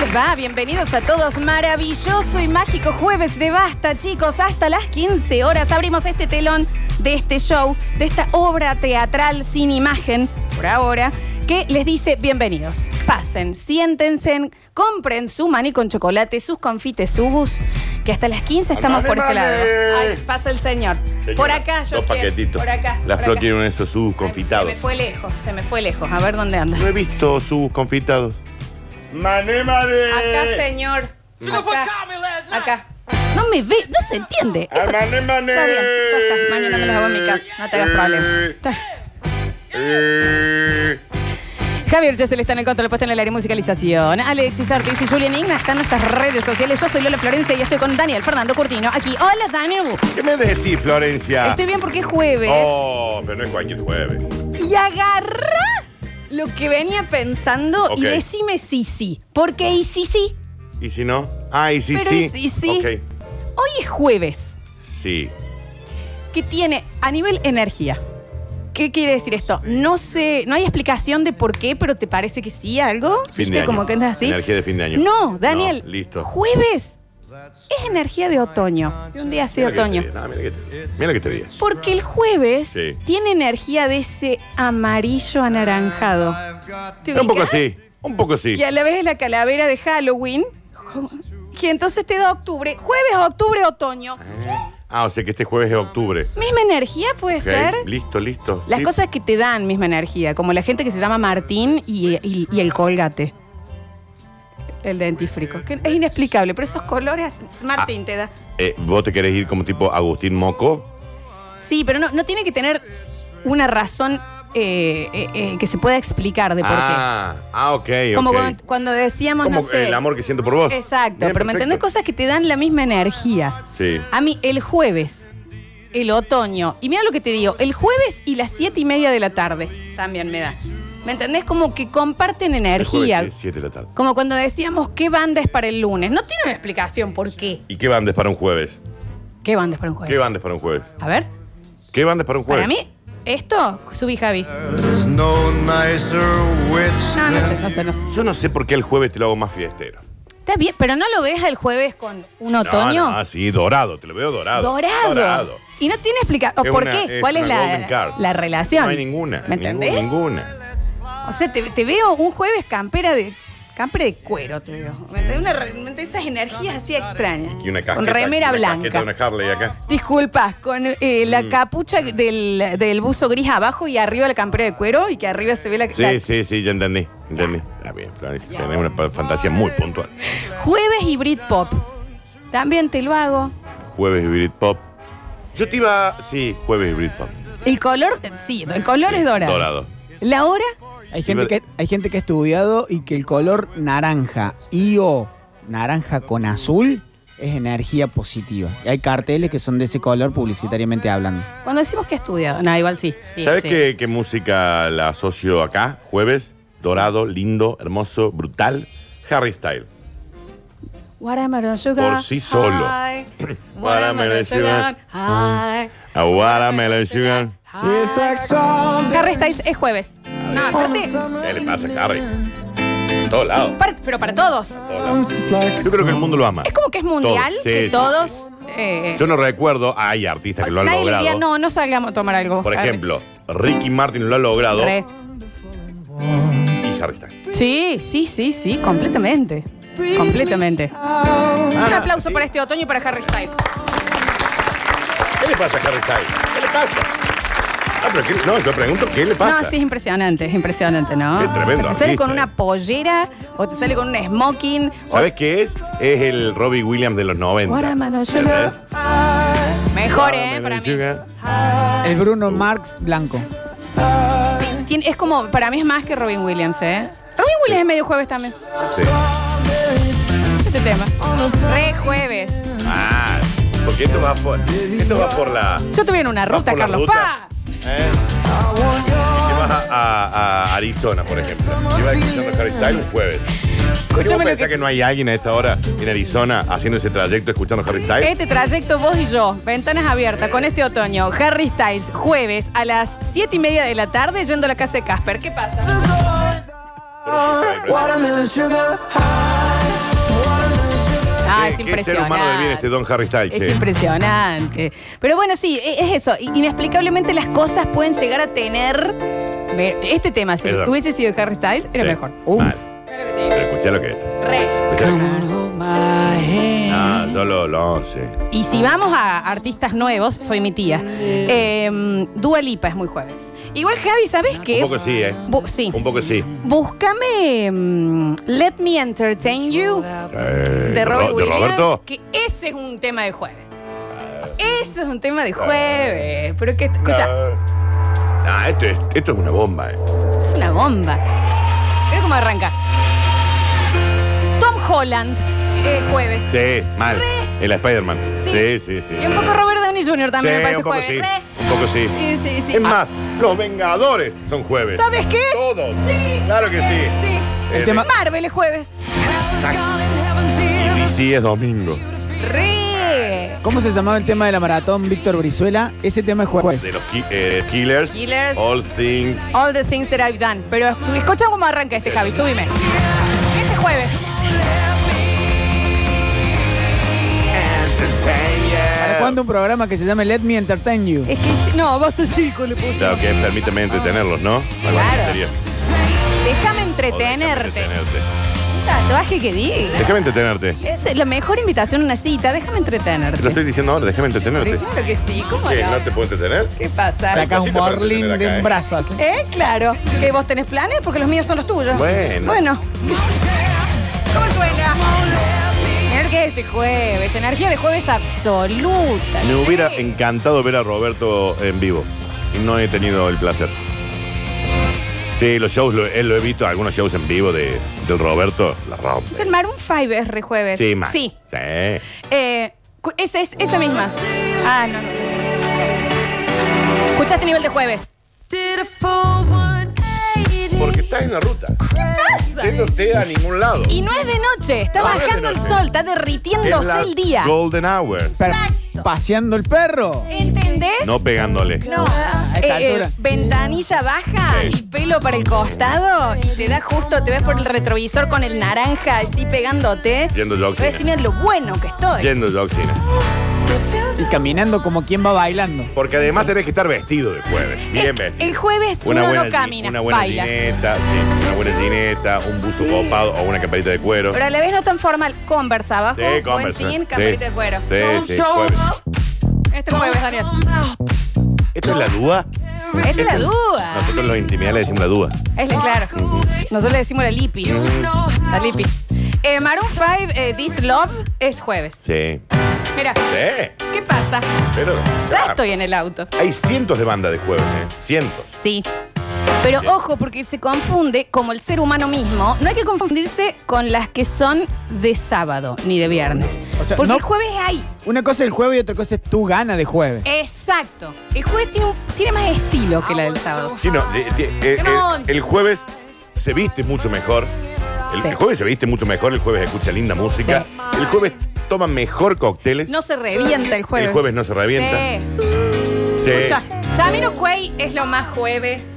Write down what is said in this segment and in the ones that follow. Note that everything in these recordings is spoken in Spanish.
les va? Bienvenidos a todos. Maravilloso y mágico jueves de basta, chicos. Hasta las 15 horas abrimos este telón de este show, de esta obra teatral sin imagen, por ahora, que les dice bienvenidos. Pasen, siéntense, compren su maní con chocolate, sus confites, sugus, que hasta las 15 estamos Maní, por este maní. lado. Ay, pasa el señor. Señora, por acá, yo Dos quiero. paquetitos. Por acá. La por Flor acá. tiene uno de esos subos Ay, confitados. Se me fue lejos, se me fue lejos. A ver dónde anda. No he visto subos confitados. ¡Mané, mané! Acá, señor. Acá. Acá. No me ve, no se entiende. Ah, mané, mané. Está bien, ya está. Mañana me las hago en mi casa. No te hagas problema. Está. Eh, Javier Chesel está en el control puesto en el área de musicalización. Alexis Ortiz y Julian Igna están en nuestras redes sociales. Yo soy Lola Florencia y estoy con Daniel Fernando Curtino aquí. Hola, Daniel. ¿Qué me decís, Florencia? Estoy bien porque es jueves. Ah. Oh, pero no es cualquier jueves. Y agarra lo que venía pensando Ok. y decime sí, sí. Porque y sí, sí. ¿Y si no? Ah, y si Pero sí. y si sí. Ok. Hoy es jueves. Sí. que tiene a nivel energía. ¿Qué quiere decir esto? No sé, no hay explicación de por qué, pero te parece que sí algo. Fin ¿Viste? de año. Como que andas así. Energía de fin de año. No, Daniel. No, listo. Jueves es energía de otoño, de un día así de Mira lo que te otoño. dije. No, mira lo que te dije. Mira lo que te dije. Porque el jueves Sí. tiene energía de ese amarillo anaranjado. ¿Te Un poco ubicas? sí. Un poco sí. Que a la vez es la calavera de Halloween. Que entonces te da octubre. Jueves, octubre, otoño. Ah, o sea que este jueves es octubre. Misma energía puede Ok, ser. Listo, listo. Las Sí. cosas que te dan misma energía, como la gente que se llama Martín y, y- y el colgate. El dentífrico. Que es inexplicable, pero esos colores Martín te da. Eh, ¿Vos te querés ir como tipo Agustín Moco? Sí, pero no, no tiene que tener una razón eh, eh, eh, que se pueda explicar de por ah, ah, ok. qué. Como ok. cuando, cuando decíamos, Como no sé. el amor que siento por vos. Exacto, Bien, pero ¿me perfecto. entendés? Cosas que te dan la misma energía. Sí. A mí, el jueves, el otoño, y mira lo que te digo, el jueves y las siete y media de la tarde también me da. ¿Me entendés? Como que comparten El jueves energía. es 7 de la tarde. Como cuando decíamos qué banda es para el lunes. No tiene una explicación por qué. ¿Y qué bandes para un jueves? ¿Qué banda es para un ¿Qué jueves? bandes para un jueves? A ver, ¿Qué bandes para un jueves? Pues. para mí, esto, subí Javi. There's no nicer witch No, no sé, than no sé, no sé. Yo no sé por qué el jueves te lo hago más fiestero. Está bien, pero no lo ves al jueves con un otoño. Ah, sí, dorado. Te lo veo dorado. Dorado. Dorado. Y no tiene explicación. Es ¿Por una- qué? ¿Cuál es una golden la, card. la relación? No hay ninguna. ¿Me ningún- entendés? Ninguna. O sea, te, te veo un jueves campera de campera de cuero, te veo. ¿Me entendés? Una re- de esas energías así extrañas. Y una casqueta. con remera una blanca. Casqueta, una Mm. Harley acá. Disculpa, con eh, la capucha del, del buzo gris abajo y arriba la campera de cuero y que arriba se ve la, Sí, la- sí, sí, ya entendí. Entendí. Está bien, Florencia, Tenés una pa- fantasía muy puntual. Jueves y Britpop. También te lo hago. Jueves y Britpop. Yo te iba. Sí, jueves y Britpop. El color, sí, el color Sí, es dorado. dorado. La hora, Hay gente, que, hay gente que ha estudiado y que el color naranja y o naranja con azul es energía positiva. Y hay carteles que son de ese color publicitariamente hablando. cuando decimos que he estudiado, no, igual sí. sí, ¿Sabes sí. qué, qué música la asocio acá? Jueves, dorado, lindo, hermoso, brutal. Harry Styles. Watermelon sugar. Por sí solo. high. Watermelon sugar. high. A watermelon sugar. Tastes like Sunday. Harry Styles es jueves. No, aparte, ¿Qué le pasa a Harry? En todos lados. par- pero para todos. todos lados. It's like Yo creo que el mundo lo ama. Es como que es mundial, Todos, sí, que sí. todos. eh, Yo no recuerdo, hay artistas que lo han nadie le diría, logrado. no, no salgamos a tomar algo. Por A ver. ejemplo, Ricky Martin lo ha logrado Re. y Harry Styles. Sí, sí, sí, sí, completamente. Completamente. Un Ah, aplauso sí. para este otoño y para Harry Styles. ¿Qué le pasa a Harry Styles? ¿Qué le pasa? Ah, pero ¿qué- no, yo pregunto, ¿qué le pasa? No, sí, es impresionante, es impresionante, ¿no? Qué tremendo Te sale artista, con eh. una pollera o te sale con un smoking. ¿Sabes qué es? Es el Robbie Williams de los 90. Watermelon sugar. Ah, Mejor, ¿eh? Para mí. El Bruno Marx blanco. Sí, tiene- es como, para mí es más que Robin Williams, ¿eh? Robin Williams es medio jueves también. Sí. Este tema. Re jueves. Ah, porque esto va por, esto va por la. Yo estuve en una va ruta, por la Carlos. ruta, ¡Pa! ¿eh? Que vas a, a- a Arizona, por ejemplo. Lleva a escuchando Harry Styles un jueves. ¿Por qué Escúchame vos lo pensás que- que no hay alguien a esta hora en Arizona haciendo ese trayecto escuchando Harry Styles? Este trayecto vos y yo, ventanas abiertas con este otoño, Harry Styles, jueves a las 7 y media de la tarde yendo a la casa de Casper. ¿Qué pasa? watermelon sugar high. Ah, Qué- es qué impresionante. ser humano de bien este Don Harry Styles. Es che. impresionante. Pero bueno, sí, e- es eso. I- Inexplicablemente las cosas pueden llegar a tener. Ve- Este tema, si Perdón. hubiese sido Harry Styles, era Sí, Uh. mejor. Mal. Pero escuchá lo que es. Re. Ah, yo lo, lo once. Y si vamos a artistas nuevos, soy mi tía. Eh, Dua Lipa es muy jueves. Igual, Javi, ¿sabes Un qué? poco sí, ¿eh? Bu- sí. Un poco sí. Búscame mm, Let Me Entertain You Eh, de Robbie Ro- Williams. Roberto? Que ese es un tema de jueves. Ese es un tema de jueves. Pero que, escucha, Ah, esto es, esto es una bomba, ¿eh? es una bomba. Mira cómo arranca. Tom Holland, eh, jueves. Sí, mal. El Spider-Man. Sí. Sí, sí, sí. Y un poco Robert Downey Jr. también me sí, parece un poco jueves. sí. Re. Un poco sí. Sí, sí, sí. Es Ah, más, los Vengadores son jueves. ¿Sabes qué? Todos. Claro que sí. Eh, Sí. El tema- Marvel es jueves. Y sí es domingo. Re. ¿Cómo se llamaba el tema de la maratón Víctor Brizuela? Ese tema es jueves. De los ki- eh, Killers. Killers. All Things. All the things that I've done. Pero escucha cómo arranca este Javi, súbime. Este jueves. Eh. ¿Para cuándo un programa que se llame Let Me Entertain You? Es que no, vos tu chico le puse. Claro que es permíteme entretenerlos, ¿no? Algo así Claro. sería. Déjame O déjame entretenerte. entretenerte. Tatuaje que diga. Déjame entretenerte. Es la mejor invitación a una cita, déjame Te lo entretenerte. estoy diciendo ahora, déjame entretenerte. Pero claro que sí, ¿cómo ¿Qué? no? ¿No te puedo entretener? ¿Qué pasa? Saca- Sacás un cosita para morlín entretener acá, de ¿eh? un brazo así. ¿Eh? Claro. ¿Que vos tenés planes? Porque los míos son los tuyos. Bueno. Bueno. ¿Cómo suena? Energía de este jueves, energía de jueves absoluta. Me hubiera Sí. encantado ver a Roberto en vivo. Y no he tenido el placer. Sí, los shows, lo, él lo he visto, algunos shows en vivo de, del Roberto, la rompe. Es el Maroon 5 es re jueves. Sí, más. Sí. Sí. Eh, cu- esa es esa misma. Ah, no. no. Escucha este nivel de jueves. Porque estás en la ruta. Yéndote a ningún lado. Y no es de noche, está No, no es de bajando el noche. sol, está Es derritiéndose la el día. Golden Hour. Pero, paseando el perro. ¿Entendés? No pegándole. No. esta Eh, eh, altura. ventanilla baja Sí. y pelo para el costado y te da justo, te ves por el retrovisor con el naranja así pegándote. Yendo yo a oxina. Decime lo bueno que estoy. Yendo yo a oxina. Y caminando como quien va bailando. Porque además tenés que estar vestido de jueves. Bien Eh, vestido. el jueves Una uno buena, no gi- camina, una buena baila. jineta, sí, una buena jineta, un buzo copado o una camperita de cuero. Pero a la vez no tan formal. Converse abajo, Sí, buen Converse, jean, sí. camperita de cuero. Sí, sí, jueves. Este jueves, Daniel. ¿Esto es la duda? Esta Este- es la duda. Nosotros los intimidales le decimos la duda. Es la- claro. Nosotros le decimos la lipi. La lipi. Eh, Maroon 5, eh, This Love, es jueves. Sí. Mira, Sí. ¿qué pasa? Pero. Ya ah, estoy en el auto. Hay cientos de bandas de jueves, ¿eh? Cientos. Sí. Pero ojo, porque se confunde como el ser humano mismo. No hay que confundirse con las que son de sábado ni de viernes. O sea, porque no- el jueves hay. Una cosa es el jueves y otra cosa es tu gana de jueves. Exacto. El jueves tiene, un- tiene más estilo que la del sábado. Sí, no, eh, eh, eh, Qué eh, mon- el jueves se viste mucho mejor. El, Sí. el jueves se viste mucho mejor, el jueves escucha linda música. El jueves toma mejor cócteles. No se revienta el jueves. El jueves no se revienta. Sí. Sí. Escucha, Chamino Cuey es lo más jueves.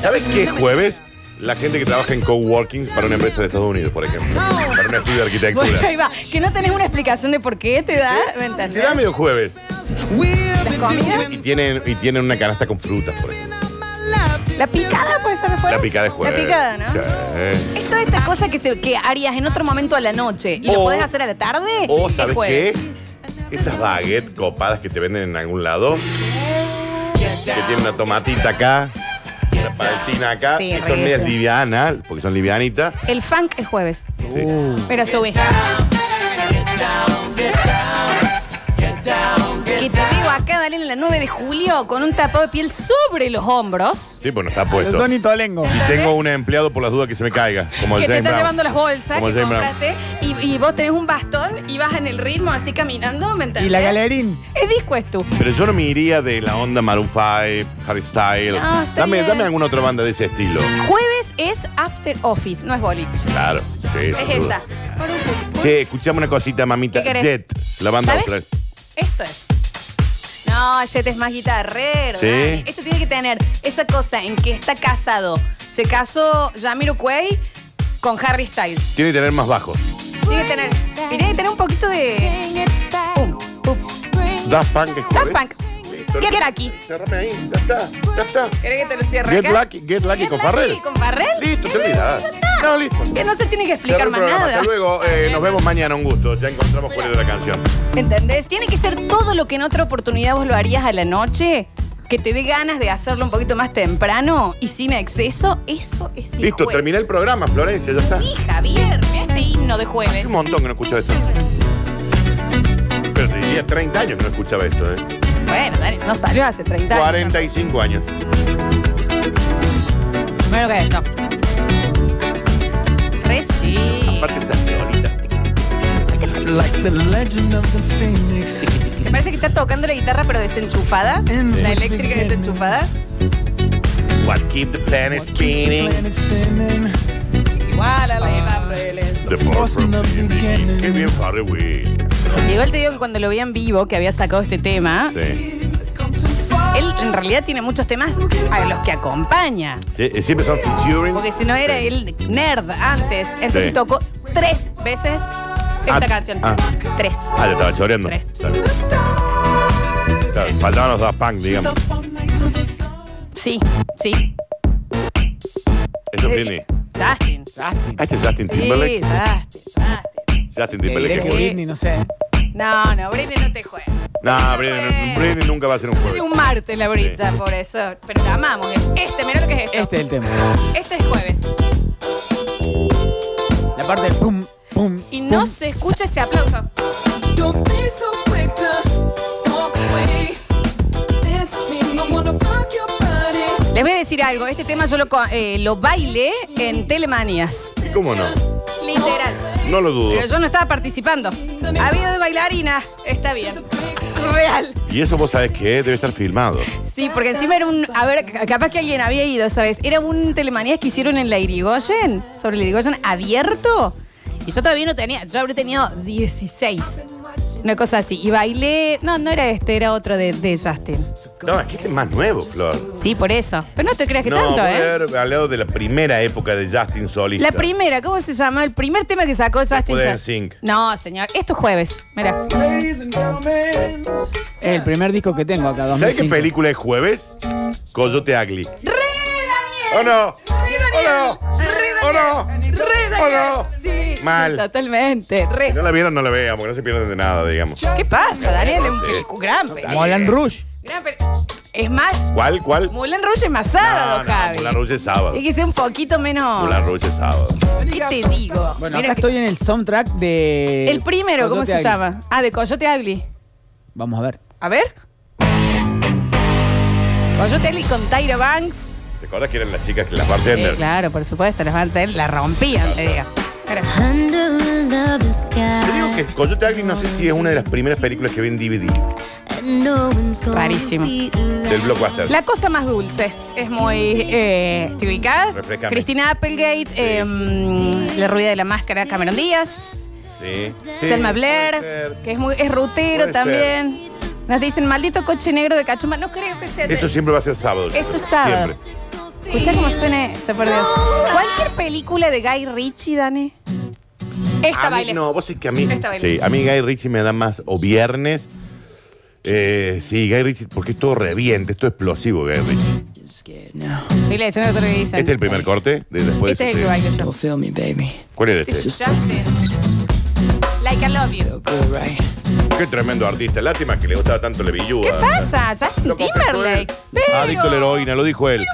¿Sabes qué es jueves? La gente que trabaja en coworking para una empresa de Estados Unidos, por ejemplo. Para un estudio de Bueno, arquitectura. ahí va. Que no tenés una explicación de por qué te da, ¿me Se entendés? da medio jueves. Las comidas. Y tienen, y tienen una canasta con frutas, por ejemplo. La picada puede ser de jueves. La picada es jueves. La picada, ¿no? Sí. Es toda esta cosa que, se- que harías en otro momento a la noche y lo O- podés hacer a la tarde. O, el ¿sabes qué? jueves. Esas baguettes copadas que te venden en algún lado. Que tienen una tomatita acá, una paltina acá. Sí, que re, son medias sí. livianas, porque son livianitas. El funk es jueves. Sí. Pero sube. Que te digo acá, Daniel, en la 9 de julio, con un tapado de piel sobre los hombros. Sí, pues no está Los puesto. Tony Tolengo. Y tengo un empleado por las dudas que se me caiga, como el que te James está Brown. llevando las bolsas Como el que James Brown. compraste y, y vos tenés un bastón y vas en el ritmo así caminando, ¿me entendés? Y la galerín. Es disco es tú. Pero yo no me iría de la onda Maroon 5, Harry Styles. No, está dame, bien. dame alguna otra banda de ese estilo. Jueves es after office, no es boliche. Claro, sí. Es sin duda. esa. Por un poco. Che, escuchame una cosita, mamita. ¿Qué querés? Jet, la banda ¿Sabes? australiana. Esto es. No, Jet es más guitarrero. Sí. Dani. Esto tiene que tener esa cosa en que está casado. Se casó Yamiro Cuey con Harry Styles. Tiene que tener más bajo. Sí, Tiene que tener, tiene que tener un poquito de. Pum, pum. Daft Punk es Daft jueves. Punk. Listo. Get Lucky. Cerrame ahí, ya está, ya está. ¿Querés que te lo cierre Get acá? Lucky, Get Lucky con Farrell. Farrell. con Farrell. Listo, te olvidas. No, listo. Que no se tiene que Cerró explicar el más programa. nada. Hasta luego, eh, nos vemos mañana, un gusto. Ya encontramos cuál era la canción. ¿Entendés? Tiene que ser todo lo que en otra oportunidad vos lo harías a la noche, que te dé ganas de hacerlo un poquito más temprano y sin exceso. Eso es el Listo, jueves. terminé el programa, Florencia, ya está. Sí, Javier, mira este himno de jueves. Hace un montón que no escuchaba esto. Pero te diría 30 años que no escuchaba esto, ¿eh? Bueno, dale, no salió hace 30 años. 45 años. Primero que esto. Re sí. Aparte esa teorita. Like the legend of the phoenix. ¿Te parece que está tocando la guitarra pero desenchufada? Sí. La eléctrica desenchufada. What keep the planet What keeps the spinning? planet spinning? Igual a la Ah. guitarra. The far from the beginning. Qué bien, Farrell Williams. Igual te digo que cuando lo vi en vivo, que había sacado este tema, Sí. él en realidad tiene muchos temas a los que acompaña. Sí, eh, Siempre son featuring. Porque si no era Sí. el nerd antes, entonces Sí. tocó tres veces esta Ah, canción. ah. Tres. Ah, ya estaba choreando. Tres. Está bien. Está bien, Faltaban los Daft Punk, digamos. Sí, sí. Eso tiene. Eh, Justin. Este es Justin Sí, Timberlake. Justin, Justin. Justin Que diré Timberlake. que es jueves. Britney, no sé. No, no, Britney no te juega. No, Britney, no- Britney nunca va a ser un Es jueves. un martes la brita, por eso. Pero la amamos. Este, mirá lo que es esto. Este es el tema. Este es jueves. La parte del pum, pum. Y no pum. se escucha ese aplauso. Don't be so quick to walk away. Dance with me. I wanna rock your body. Les voy a decir algo. Este tema yo lo, co- eh, lo bailé en Telemanías. ¿Cómo no? Literal. Oh. No lo dudo. Pero yo no estaba participando. Había de bailarina. Está bien. Real. Y eso vos sabés que debe estar filmado. Sí, porque encima era un. A ver, ca- capaz que alguien había ido esa vez. Era un telemanías que hicieron en la Irigoyen, sobre la Irigoyen, abierto. Y yo todavía no tenía. Yo habría tenido 16. Una cosa así. Y bailé. No, no era este, era otro de, de Justin. No, es que este es más nuevo, Flor. Sí, por eso. Pero no te creas que no, tanto, voy a ¿eh? haber hablado de la primera época de Justin Solista. La primera, ¿cómo se llama? El primer tema que sacó Justin. de Sa- NSYNC. No, señor. Esto es jueves. Mira. Ladies and gentlemen. Es el primer disco que tengo acá, ¿Sabes qué 2005. película es jueves? Coyote Ugly. ¡Re Daniel! ¿O no? ¡Re Daniel! ¿O no? ¡Re ¿O Daniel! no? ¡Re ¿O Daniel! no? Sí, Mal. Totalmente. Re. Si no la vieron, no la vean, porque no se pierden de nada, digamos. ¿Qué pasa, Daniel? Es un Sí. pelicu- gran peli. Eh, Moulin Rouge. Gran peli. Es más, ¿Cuál? ¿Cuál? Mulan Rouge es más No, sábado, no, Javi. Moulin Rouge es sábado. Hay que ser un poquito menos. Moulin Rouge es sábado. ¿Qué te digo? Bueno, Mira acá que- estoy en el soundtrack de. El primero, ¿cómo Coyote se Ugly. llama? Ah, de Coyote Ugly. Vamos a ver. A ver. Coyote Ugly con Tyra Banks. ¿Te acuerdas que eran las chicas que las Sí, bartenders? claro, por supuesto, las bandas de él la rompían, te digo. Mira. Under another sky. Te digo que Coyote Ugly no sé si es una de las primeras películas que vi en DVD. and no one's gonna Rarísimo. be around. Del blockbuster. La cosa más dulce es muy. Eh, ¿Te ubicás? Refrescame. Cristina Applegate, em, La Ruida de la Máscara, Cameron Díaz, Sí. Sí, Selma puede ser. Blair, que es muy es rutero Puede también. Nos dicen, maldito coche negro de cachumba. No creo que sea. de- Eso siempre va a ser sábado. yo Eso creo. es sábado. Siempre. Escuchá cómo suena eso, por Dios. Cualquier película de Guy Ritchie, Dani. Esta A mí- baile. No, vos es que a mí. Esta baile. Sí, a mí Guy Ritchie me da más o viernes. Eh, sí, Guy Ritchie, porque esto reviente, esto es explosivo, Guy Ritchie. Dile, yo no te lo dicen. Este es el primer corte, de después Este de es el ese que tema. bailo yo. Don't feel me, baby. ¿Cuál era este? Like I love you. Feel good, right? Qué tremendo artista. Lástima que le gustaba tanto Levilluda. ¿Qué pasa? Justin Lo Ah, confesó Timberlake. él. Pero- Adicto a la heroína, lo dijo él.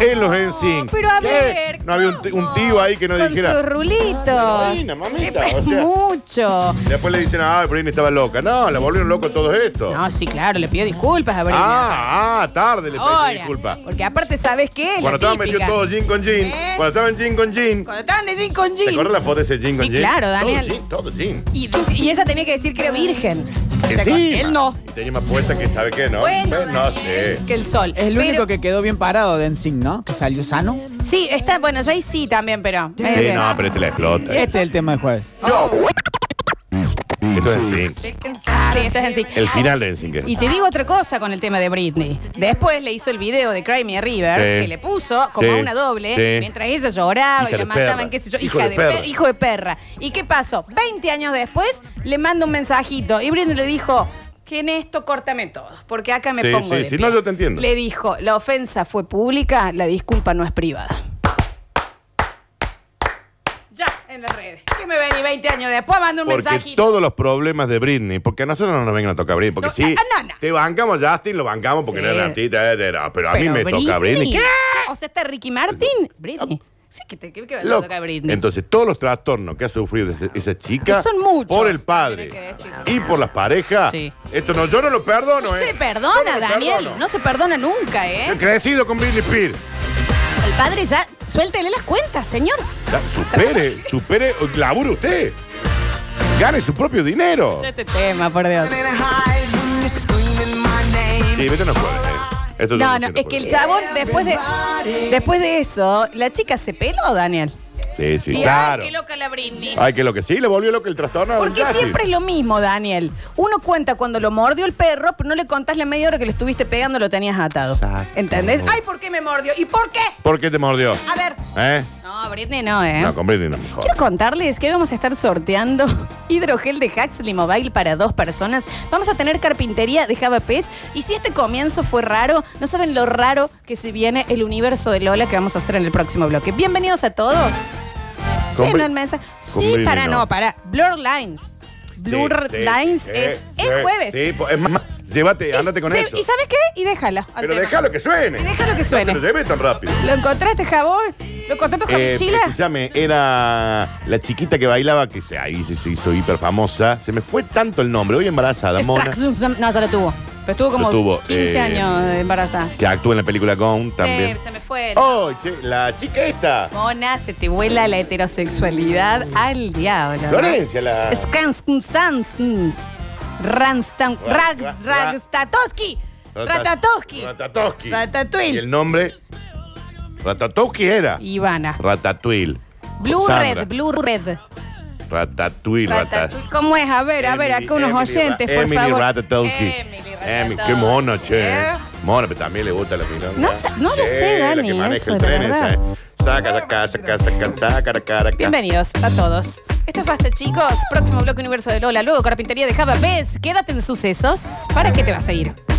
En los NSYNC. Pero a ¿Qué? ver. No había un, t- un tío ahí que no Con dijera. sus rulitos. heroína, mamita, o Es sea. mucho. Después le dicen, ah, Britney estaba loca. No, la volvieron loco todos estos. No, sí, claro, le pidió disculpas a Britney. ah, ah, tarde le Ahora, pedí disculpa. Porque aparte, ¿sabes qué? La Cuando estaban metidos típica. todos jean con jean. ¿Eh? Cuando estaban jean con jean. Cuando estaban de jean con ¿Te jean. acuerdas la foto de ese jean con Sí, jean? claro, Todo Daniel. jean, Todo jean. Y, y ella tenía que decir que era virgen. Que ¿Te acuerdas? sí. Él no. Y tenía más puesta que sabe que no. Bueno, Pues no Daniel, sé. que el sol. Es el Pero- único que quedó bien parado de NSYNC, ¿no? Que salió sano. Sí, está, bueno, Jay sí también, pero. medio Sí, que- no, pero este la explota. Este es el tema de jueves. Oh. Esto es en Sync. Sí, esto es en sí. El final de Ensign. Y te digo otra cosa con el tema de Britney. Después le hizo el video de Cry Me a River, Sí. que le puso como Sí. una doble, Sí. mientras ella lloraba Hija y de la mataban, perra. qué sé yo, Hijo hija de de, perra. per- hijo de perra. ¿Y qué pasó? 20 años después le manda un mensajito y Britney le dijo. Que en esto córtame todo, porque acá me Sí, pongo. sí, de sí, pie". no, yo te entiendo. Le dijo: la ofensa fue pública, la disculpa no es privada. Ya, en las redes. Que me vení 20 años después, manda un Porque mensajito. todos los problemas de Britney, porque a nosotros no nos vengan a tocar Britney, porque No, sí, ah, no, no. te bancamos a Justin, lo bancamos porque Sí. no era artista, eh, era- pero a mí Pero me toca Britney. ¿Qué? O sea, está Ricky Martin. Britney. Sí, que te que, que le Loco. toca a Britney. Entonces, todos los trastornos que ha sufrido ese- esa chica Que son muchos, por el padre tiene que decirlo. y por las parejas, Sí. esto no, yo no lo perdono. no eh. se Yo no perdona, lo Daniel. perdono. No se perdona nunca, He ¿eh? crecido con Britney Spears. El padre ya. Suéltele las cuentas, señor. Ya, Supere, supere, labure usted. Gane su propio dinero. Este tema, por Dios. Sí, vete no juegues, eh. Esto yo No, no, siento es que por el chabón, después de, después de eso, la chica se peló, Daniel. Sí, sí, y claro. Ah, ay, qué loca la Britney. Ay, que lo que sí, le volvió loco el trastorno. a Don Porque Justin. siempre es lo mismo, Daniel. Uno cuenta cuando lo mordió el perro, pero no le contás la media hora que lo estuviste pegando, lo tenías atado. Exacto. ¿Entendés? Ay, ¿por qué me mordió? ¿Y por qué? ¿Por qué te mordió? A ver. ¿Eh? No, Britney no, Ah. ¿eh? No, con Britney no mejor. Quiero contarles que vamos a estar sorteando hidrogel de Huxley Mobile para dos personas. Vamos a tener carpintería de Java Pez. Y si este comienzo fue raro, no saben lo raro que se viene el universo de Lola que vamos a hacer en el próximo bloque. Bienvenidos a todos. Con Sí, Bri- no hay mensaje. con Sí, Britney para, no. no, para. Blur Lines. Sí, Blur sí, Lines sí, es sí, el jueves. Sí, po- es más, llévate, andate con Sí, eso. ¿Y sabes qué? Y déjala. al Pero tema. déjalo que suene. Y déjalo que suene. No te lo lleves tan rápido. ¿Lo encontraste, Jabón? ¿Lo encontraste, Javi Eh, Chila? escúchame, era la chiquita que bailaba, que se, ahí se, se hizo hiper famosa. Se me fue tanto el nombre, hoy embarazada, Es mona, Traxum- No, ya lo tuvo. Pero estuvo como Lo tuvo, 15 eh, años de embarazada. que actúa en la película Gone también. Eh, se me fue. el- ¡Oh, che, la chica esta! Mona, se te vuela la heterosexualidad al diablo. ¿no? Florencia, la... Skanskumsans. Ranstan. Ra- Rags. ra- Ragstatoski. Ratatowski. Ratatowski. Ratatouille. Y el nombre... Ratatowski era. Ivana. Ratatouille. Blue Sandra. Red, Blue Red. Ratatouille, ratatouille. Ratatouille. ¿Cómo es? A ver, a ver, Emily- acá unos Emily Ra- oyentes, por Emily favor. Ratatowski. Emily Emily, Ratatowski. qué mona, che. ¿Eh? Mona, pero también le gusta la final. No sé- no lo sé, La Dani, que maneja eso, el la tren verdad. esa, eh. Saca, saca, saca, saca, saca, saca. Bienvenidos a todos. Esto es Basta, chicos. Próximo bloque Universo de Lola. Luego, carpintería de Java Pez. Quédate en sucesos. ¿Para qué te vas a ir?